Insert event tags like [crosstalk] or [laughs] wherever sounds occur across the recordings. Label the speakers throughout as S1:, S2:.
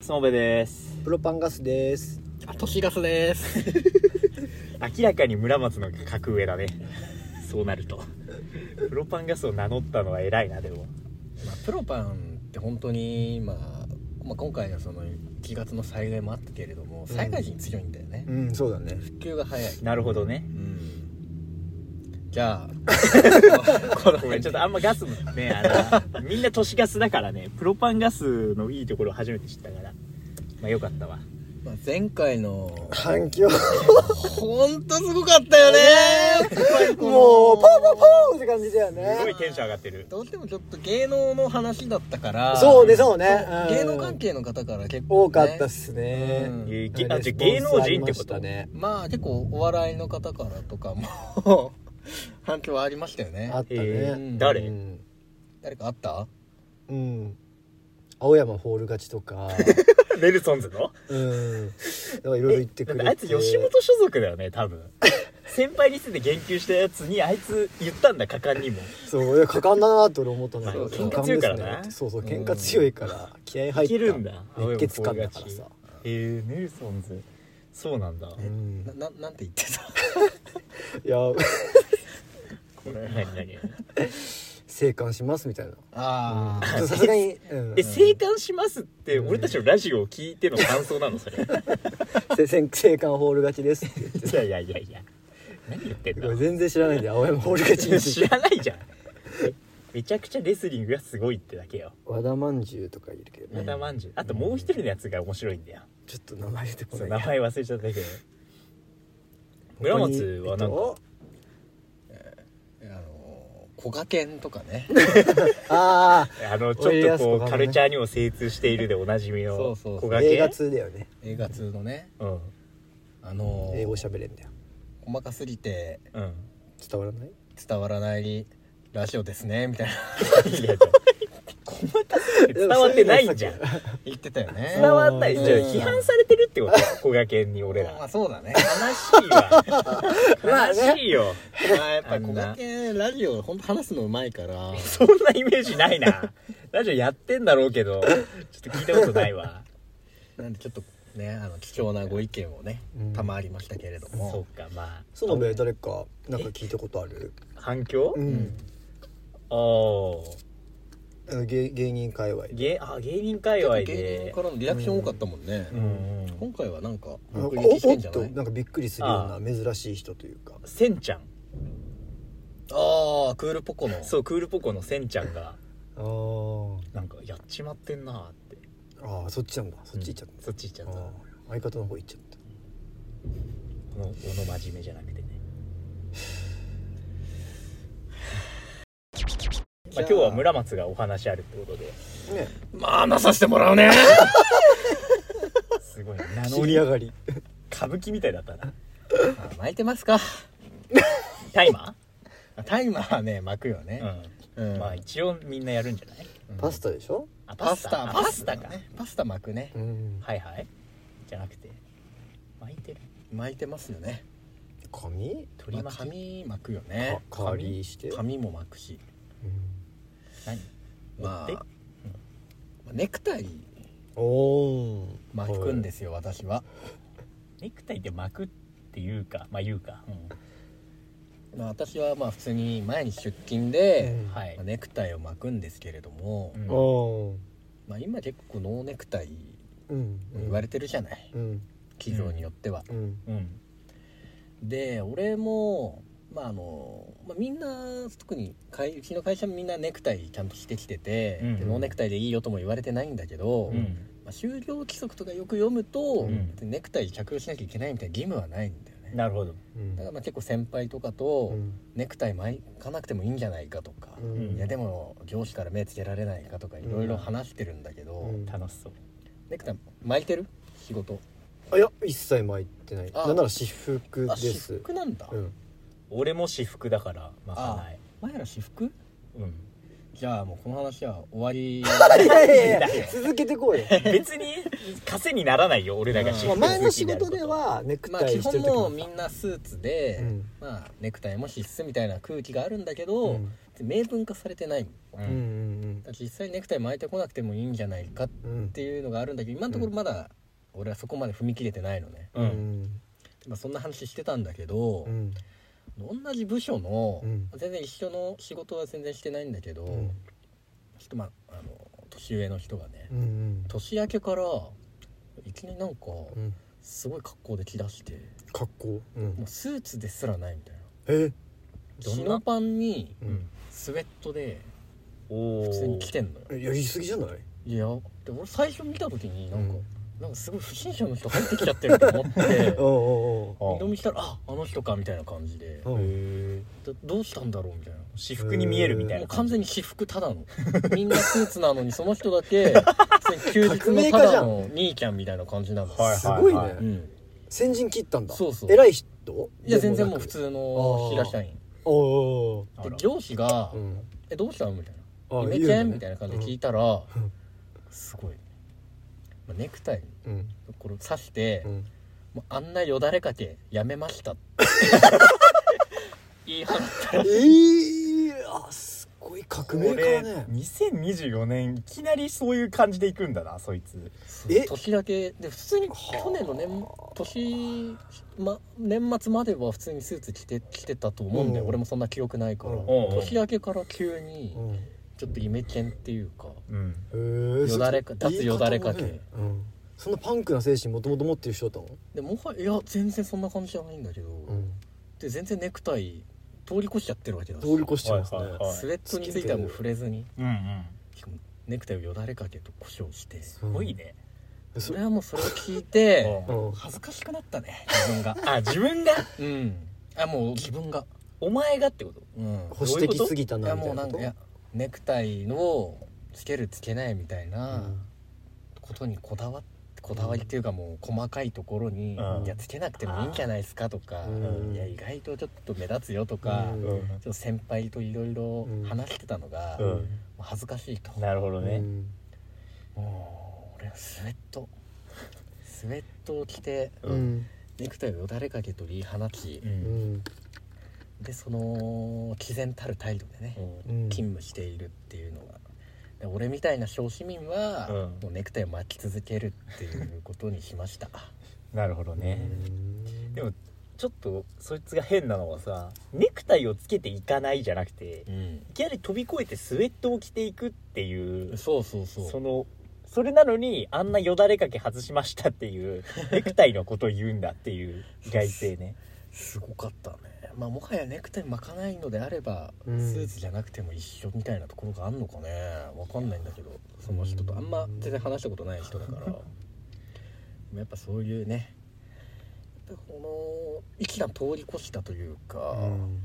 S1: スモベです
S2: プロパンガスです。
S3: あ都市ガスです。
S1: 明らかに村松の格上だねそうなるとプロパンガスを名乗ったのは偉いなでも
S3: [laughs] まあ、プロパンって本当に、まあ、まあ今回のその気圧の災害もあったけれども、災害時に強いんだよね。
S2: うん、そうだね。、
S3: 復旧が早い。
S1: なるほどね
S3: うん。じゃあ、こ
S1: ごめんちょっとあんまガスのねあのみんな都市ガスだからねプロパンガスのいいところを初めて知ったからまあよかったわ
S3: まあ、前回の
S2: 反響。
S3: 本当すごかったよ
S2: [laughs]
S3: ね。
S2: もう、ポンポンポンって感じだよね。
S1: すごいテンション上がってる
S3: どうしてもちょっと芸能の話だったから。
S2: そうね、そうね。うん
S3: 芸能関係の方から結構、
S2: 多かったっすね。
S3: うん
S1: えー
S2: なん
S1: げあじゃあ
S2: かレスポ
S1: 芸
S2: ンス
S1: 能
S2: あ
S1: 人
S2: り
S1: っ
S2: ま
S1: て
S2: し
S1: こと
S2: たね。
S3: まあ結構お笑いの方からとかも反響はありましたよね
S2: あった
S1: え
S2: ね。
S1: ー誰、
S2: うん
S3: 誰かあった
S2: うん。青山ホール勝ちと [laughs] か。
S1: ネルソンズの
S2: うん。なんかいろいろ言って
S1: だ
S2: く
S1: っ
S2: れ
S1: て
S2: て。
S1: あいつ吉本所属だよね多分先輩について言及したやつにあいつ言ったんだ果敢にも
S2: そう、いや、果敢だなと俺思ったんだけど。
S1: まあ喧嘩
S2: 果敢
S1: 強い
S2: で
S1: か
S2: す
S1: ら
S2: ね
S1: な
S2: ってそうそう、喧嘩強いから、気合入
S1: い
S2: った。
S1: けるんだ
S2: 熱血感だからさ。
S1: えー、ネルソンズそうなんだ
S2: うん
S3: なななんて言ってた
S2: いや、 [laughs]
S1: これ何何
S2: 生還しますみたいな。
S3: ああ、
S2: さすがに、うん
S1: え、生還しますって俺たちのラジオを聞いての感想なのそれ [laughs] い
S2: せせん青函ホール勝ちですって言って
S1: やいやいやいや何言ってん
S2: これ
S1: だ
S2: 全然知らないんで青山ホール勝ちについ
S1: [laughs] 知
S2: て
S1: らないじゃんえめちゃくちゃレスリングがすごいってだけよ
S2: 和田まんじゅうとかいるけど
S1: 和
S2: ね
S1: 田まんじゅうあともう一人のやつが面白いんだよ
S2: ちょっと名前出てこ
S1: そ
S2: な
S1: う
S2: い
S1: 名前忘れちゃったけど村松はなんか
S3: あのーこがけんとかね
S2: あ
S1: あのち
S2: おいで
S1: ょ
S2: や
S1: っ
S2: す
S1: とこう
S2: こがね
S1: カルチャーにも精通しているでおなじみ
S3: そ
S1: の
S3: うそうそう
S1: 小
S2: あ
S1: 掛
S2: 映
S1: け
S2: 画通だよね
S3: 映画通のね
S1: うん
S3: あのー
S2: 英語喋れんだよ
S3: 細かすぎて
S1: うん
S2: 伝わらない
S3: 伝わらないラジオですねみたいな
S1: い [laughs] や細かすぎて伝わってないんじゃん
S2: でも
S3: 言ってたよね
S1: 伝わんないじゃあ
S2: うん
S1: 批判されてるってこと小賀健に俺ら
S3: まあそうだね
S1: 悲しい
S2: ま
S1: わ
S2: あね
S1: 悲しいよ
S3: まあやっぱ
S1: あんな
S3: こがけんラジオ本当話すのうまいから
S1: そんなイメージないなラジオやってんだろうけどちょっと聞いたことないわ
S3: なんでちょっとねあの貴重なご意見をね
S2: うん
S3: たまありましたけれども、
S1: そうかまあ
S2: 園部誰かなんか聞いたことある
S1: 反響
S2: うん
S1: あー
S2: あの芸芸人界隈
S1: 芸あ芸人界
S3: 結
S1: 隈
S3: 構芸
S1: で
S3: 人からのリアクション多かったもんね、
S1: うんうん
S3: 今回はなんか
S2: なん
S3: 目
S2: か
S3: 撃し
S2: おお
S3: てん
S2: っ
S3: じゃな
S2: と
S3: い
S2: なんかびっくりするような珍しい人というか
S1: せんちゃん
S3: ああクールポコの
S1: そうクールポコのせんちゃんが
S2: あー
S1: なんかやっちまってんなーって
S2: あーそっちなんだそっち行っちゃった
S1: うんそっち行っちゃった
S2: あ
S1: こ
S2: ー相方の方行っちゃった
S1: のこの真面目じゃなくてねまあ今日は村松がお話あるってことで
S2: ね
S3: まあなさしてもら
S1: [laughs]
S3: うね
S1: す [laughs] ごい名乗
S2: 盛
S1: り
S2: り上がり
S1: 歌舞伎みたいだったな
S3: あ巻いてますか
S1: タイマ
S3: あタイマーね巻くよね、
S1: ー、
S3: うん
S1: うん、まあ一応みんなやるんじゃない
S2: [laughs] パスタでしょ
S1: あ
S3: パスタ
S1: あパスタか、
S3: だねパスタ巻くね
S2: うん
S1: はいはいじゃなくて巻いてる
S3: 巻いてますよね、
S2: 髪
S3: ま
S1: 鳥
S3: あ、
S1: 巻き
S3: 髪巻くよ
S2: か
S3: ね
S2: カーリーして
S3: 髪も巻くし
S1: 何
S3: ま
S1: 持っ
S3: あネクタイ
S2: おお
S3: 巻くんですよ私は
S1: ネクタイって巻くっていうかまあ言うか、
S3: まあ私はまあ普通に前に出勤で
S2: うん、
S1: はい
S3: まあネクタイを巻くんですけれども、
S1: うん
S2: おお
S3: まあ、今結構ノーネクタイ
S2: うん
S3: 言われてるじゃない、
S2: うん
S3: 企業によっては、
S2: うん
S1: うん
S3: で俺もまああの、まあ、みんな特にかいうちの会社もみんなネクタイちゃんとしてきてて、
S1: うん
S3: でノーネクタイでいいよとも言われてないんだけど、
S1: うん、
S3: まあ、就業規則とかよく読むと、
S1: うん
S3: ネクタイ着用しなきゃいけないみたいな義務はないんだよね
S1: なるほど
S2: うん
S3: だからまあ結構先輩とかと
S2: うん
S3: ネクタイ巻かなくてもいいんじゃないかとか、
S2: うん
S3: いやでも上司から目つけられないかとかいろいろ話してるんだけど、
S2: うん
S1: 楽しそう
S3: ネクタイ巻いてる仕事
S2: あいや一切巻いてない
S3: あ
S2: なんなら私服で
S3: あ私
S2: す
S3: 服なんだ、
S2: うん
S1: 俺も私服だからまかない
S3: 前ら私服
S1: うん
S3: じゃあもうこの話は終
S2: [laughs]
S3: わり
S2: いやいやいや続けてこうよ
S1: 別に稼にならないよ俺らが私
S2: まあ
S1: 服
S2: 前の仕事ではネク
S3: まあ
S2: タ
S3: 基
S2: イして
S3: 本
S2: る時
S3: もう
S2: も
S3: みんなスーツで、
S2: うん
S3: まあネクタイも必須みたいな空気があるんだけ
S2: う
S3: ど、
S2: ん
S3: って明文化されてない、
S1: う
S2: うん
S1: ん
S2: うん
S3: だから実際ネクタイ巻いてこなくてもいいんじゃないかっ
S2: うん
S3: ていうのがあるんだけど今のところまだ俺はそこまで踏み切れてないのね、
S1: う
S2: うんん
S3: まあ、そんな話してたんだけど、
S2: うん
S3: 同じ部署の、
S2: うん
S3: 全然一緒の仕事は全然してないんだけど、
S2: うん
S3: ちょっとまああの年上の人がね、
S2: うん
S3: 年明けからいきなりなんか
S2: うん
S3: すごい格好で着出して
S2: 格好うん
S3: もうスーツですらないみたいな
S2: え
S1: どんな
S3: 白パンに
S1: うん
S3: スウェットで
S1: おお
S3: 普通に着てんのよ
S2: やりすぎじゃない
S3: いやで俺最初見た時になんか、
S2: うん
S3: なんかすごい不審者の人入ってきちゃってると思って
S2: おお
S1: あ
S3: 二度見したらああの人かみたいな感じで
S2: お
S1: へ
S3: どどうしたんだろうみたいな
S1: ー私服に見えるみたい
S3: も
S1: な
S3: う完
S1: 感じ
S3: 全に私服ただのみんなスーツなのにその人だけ普通に休日のただの兄ちゃんみたいな感じなの
S1: はい
S2: すごい
S1: はいは
S3: う
S2: ね
S3: ん、
S2: 先陣切ったんだ
S3: そうそう
S2: 偉い人
S3: いや全然もう普通
S2: あ
S3: の
S2: ー
S3: 平社員
S2: おお
S1: あ
S3: で
S1: ら
S3: 上司が「
S2: うん
S3: えどうしたの?」みたいな「イメ
S2: あ
S3: チェン?」みたいな感じで聞いたら、
S2: ん
S3: すごい、まあ、ネクタイ
S2: うん
S3: これ刺して、
S2: うん
S3: もうあんなよだれかけやめま
S2: [laughs]
S3: したって言い放ったらし
S2: え
S3: い
S2: えあすごい革
S1: こ
S2: 命家
S1: れ
S2: だね
S1: 2024年いきなりそういう感じでいくんだなそいつ
S2: え
S3: 年だけで普通に去年の年
S2: はあ
S3: 年,、ま、年末までは普通にスーツ着て着てたと思うんだよ、
S2: うん
S3: 俺もそんな記憶ないから、
S2: うん
S3: 年明けから急に
S2: うん
S3: ちょっとイメチェンっていうか、
S1: うん
S2: へえ
S3: よだれか
S2: そ
S3: 脱よだれかけ
S2: 言い方もねうんそんなパンクな精神もともと持ってる人だったの
S3: でもはやいや全然そんな感じじゃないんだけど、で全然ネクタイ通り越しちゃってるわけだし
S2: 通り越してますね
S1: はいはいはい
S3: スウェットについてはもう触れずに
S1: うんうん
S3: しかもネクタイをよだれかけと故障して
S1: すごいね
S2: そ
S3: それはもうそれを聞いて
S1: うん
S2: うん
S3: 恥ずかしくなったね自分が
S1: あ自分が
S3: うんあもう自分が
S1: お前がってこと
S3: うん
S2: 保守的すぎた
S3: い
S2: な
S3: や
S2: みた
S3: もう
S2: いな
S3: な
S2: こ
S3: ん
S2: と
S3: かいやネクタイをつけるつけないみたいうなんことにこだわってこだわりっていうかもう細かいところに、
S1: うん
S3: いやつけなくてもいいんじゃないですかとか、
S2: うん
S3: いや意外とちょっと目立つよとか、
S2: うん
S3: ちょっと先輩といろいろ話してたのが、
S1: うん
S3: もう恥ずかしいと、
S1: なるほどね
S3: もう俺はスウェットスウェットを着て
S2: うんうん
S3: ネクタイをよだれかけと言い放ち
S1: う、
S2: うんん
S3: でその毅然たる態度でね、
S2: うん
S3: 勤務しているっていうのがで俺みたいな小市民は、
S1: うん
S3: もうネクタイを巻き続けるっていうことにしました
S1: なるほどね
S2: うん
S1: でもちょっとそいつが変なのはさネクタイをつけていかないじゃなくて
S3: うん
S1: いきなり飛び越えてスウェットを着ていくっていう
S3: そうそうそう
S1: そのそれなのにあんなよだれかけ外しましたっていうネクタイのことを言うんだっていう意外性ね
S3: すごかったねまあもはやネクタイ巻かないのであれば、
S2: うん
S3: スーツじゃなくても一緒みたいなところがあんのかねわかんないんだけどその人とあんま全然話したことない人だか
S2: [laughs]
S3: らでもやっぱそういうねやっぱこの一段通り越したというか、
S2: うん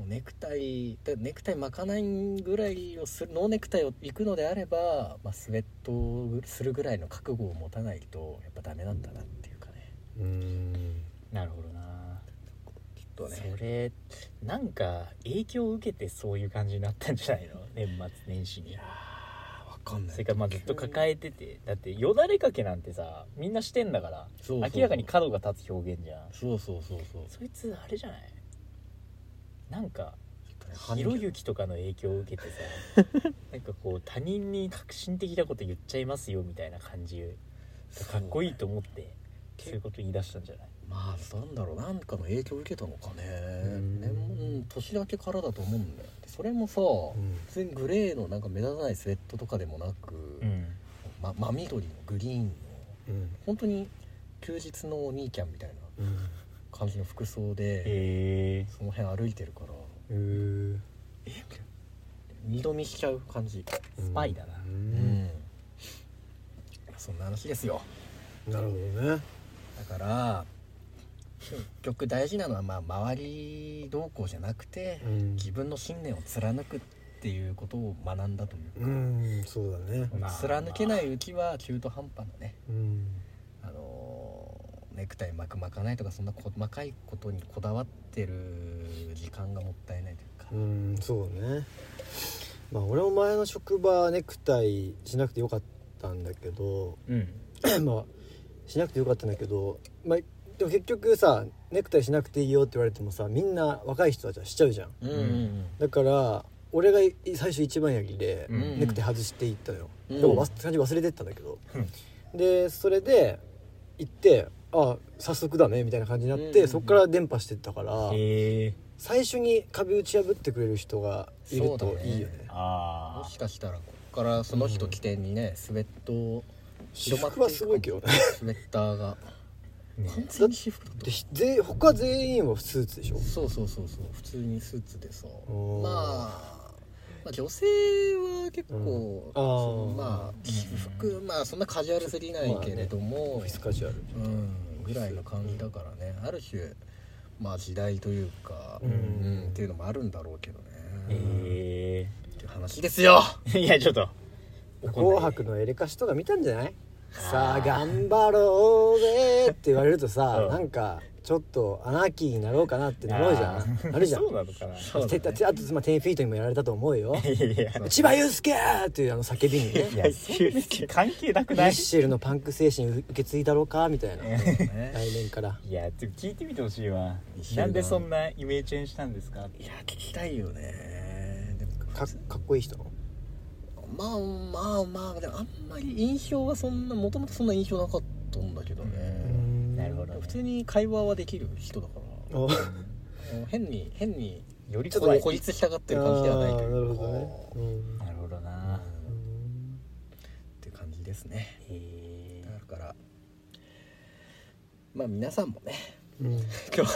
S3: もうネクタイだネクタイ巻かないぐらいをするノーネクタイを行くのであれば、まあ、スウェットをするぐらいの覚悟を持たないとやっぱダメなんだなっていうかね
S2: うん
S1: なるほどな
S3: きっとね
S1: それなんか影響を受けてそういう感じになったんじゃ
S3: [laughs]
S1: ないの年末年始に
S3: わかんない
S1: それからまあずっと抱えててだってよだれかけなんてさみんなしてんだから
S3: そうそう
S1: 明らかに角が立つ表現じゃん
S3: そうそうそうそう
S1: そいつあれじゃないなんかひ
S3: ひ
S1: ろ
S3: ろ
S1: ゆ
S3: ゆき
S1: きとかの影響を受けてさ
S3: [laughs]
S1: なんかこう他人に革新的なこと言っちゃいますよみたいな感じかっこいいと思ってそういうこと言い出したんじゃない
S3: まあなんだろうなんかの影響を受けたのかね
S2: ん
S3: 年もうん年明けからだと思うんだよでそれもさ
S2: うん
S3: 普通にグレーのなんか目立たないスウェットとかでもなく、
S1: うん
S3: ま、真緑のグリーンの
S2: うん
S3: 本当に休日のお兄ちゃんみたいな
S2: うん
S3: 感じの服装で
S1: へえ
S3: その辺歩いてるから
S2: へー
S3: 二度見しちゃう感じ
S1: スパイだな
S2: う
S3: うんんそんな話ですよ
S2: なるほどね
S3: だから結局大事なのはまあ周りどうこうじゃなくて
S2: うん
S3: 自分の信念を貫くっていうことを学んだという
S2: うんそうだね
S1: まあ
S3: 貫けないうちは中途半端なね
S2: うん
S3: あのーネクタイ巻く巻かないとかそんな細かいことにこだわってる時間がもったいないというか
S2: うんそうねまあ俺も前の職場ネクタイしなくてよかったんだけど
S1: うん
S2: まあしなくてよかったんだけどまあでも結局さネクタイしなくていいよって言われてもさみんな若い人たちはしちゃうじゃん
S3: うんうん
S2: だから俺がい最初一番やりで、
S1: うん
S2: ネクタイ外していったのよ、
S3: うん
S2: でもわす感じ忘れてったんだけど、
S1: う
S2: でそれで行ってあ早速だねみたいな感じになって、
S3: うん
S2: そこから伝播してったから、
S1: へえ
S2: 最初に壁打ち破ってくれる人がいるといいよね
S1: あ
S3: も
S1: あ
S3: しかしたらここからその人起点にね、スウェットを
S2: 私服はすごいけどね
S3: スウェッターが
S1: ね
S3: 完全に私服だと
S2: で全員他全員はスーツでしょ
S3: そうそうそうそう普通にスーツでさ
S2: おー
S3: まあまあ女性は結構、
S2: うんあー
S3: そのまあ私服まあそんなカジュアルすぎないけれども、
S2: オフィスカジュアル
S3: うん、ぐらいの感じだからねある種まあ時代というか、
S2: うん
S3: うんっていうのもあるんだろうけどね、
S1: へ
S3: っていう話で
S2: [laughs]
S3: すよ
S1: えいやちょっと
S2: 「紅白」のエレカシとか見たんじゃないさあ頑張ろうぜって言われるとさ、
S1: うん
S2: なんかちょっとアナーキーになろうかなってなろうじ
S1: あ
S2: ゃん
S1: ー
S2: なるじゃん
S1: そうなのかな
S3: そうだね
S2: てたてあとまあ10フィートにもやられたと思うよ
S1: いやいや
S2: 千葉祐介っていうあの叫びにね
S1: いやそう関係なく
S2: ミ
S1: な
S2: ッ
S1: い
S2: シェルのパンク精神受け継いだろうかみたいな来
S3: ね
S2: 年から
S1: いやちょっと聞いてみてほしいわ
S3: 一緒だ
S1: なんでそんなイメージチェンしたんですかって
S3: いや聞きたいよねでも
S2: かかっこいい人
S3: まあまあまあでもあんまり印象はそんなもともとそんな印象なかったんだけどね、
S1: なるほど
S3: 普通に会話はできる人だから、
S2: お
S3: うん変に変に
S1: より
S3: ちょっ
S1: 怖
S3: と
S1: い
S3: 孤立したがってる感じではないという
S2: あ
S3: か
S2: ーなるほどね、うん
S1: なるほどな
S3: うんっていう感じですね
S1: へえ
S3: だからまあ皆さんもね
S2: うん
S3: 今日は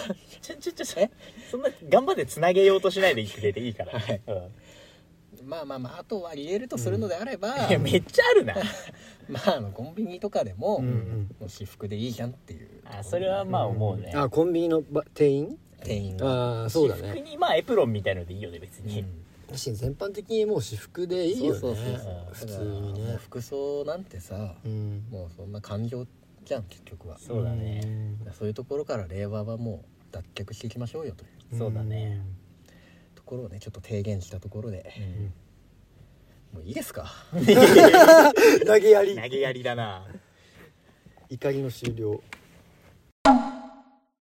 S1: ちょちょちょえそんな頑張ってつなげようとしないでくれていい [laughs] から、
S3: はい
S1: うん
S3: まあまあまああとは言えるとするのであれば、
S1: いやめっちゃあるな
S3: まああのコンビニとかでも、
S2: うんうん
S3: もう私服でいいじゃんっていう
S1: [laughs] あそれはまあ思うね、
S2: あコンビニのば店員
S3: 店員が、
S2: ああそうだ
S1: 私服
S2: ね
S1: にまあエプロンみたいのでいいよね別に、
S2: 私全般的にもう私服でいいよね
S3: そうそうそう
S2: 普
S3: そう
S2: 通に
S3: だからもう
S2: ね
S3: 服装なんてさ、
S2: うん
S3: もうそんな感情じゃん結局はだか
S1: そうだね、
S3: らそういうところから令和はもう脱却していきましょうよという
S1: そうだね
S3: ところをねちょっと提言したところで
S1: うん
S3: もういいですか
S2: 投げやり
S1: 投げやりだな
S2: 怒りの終了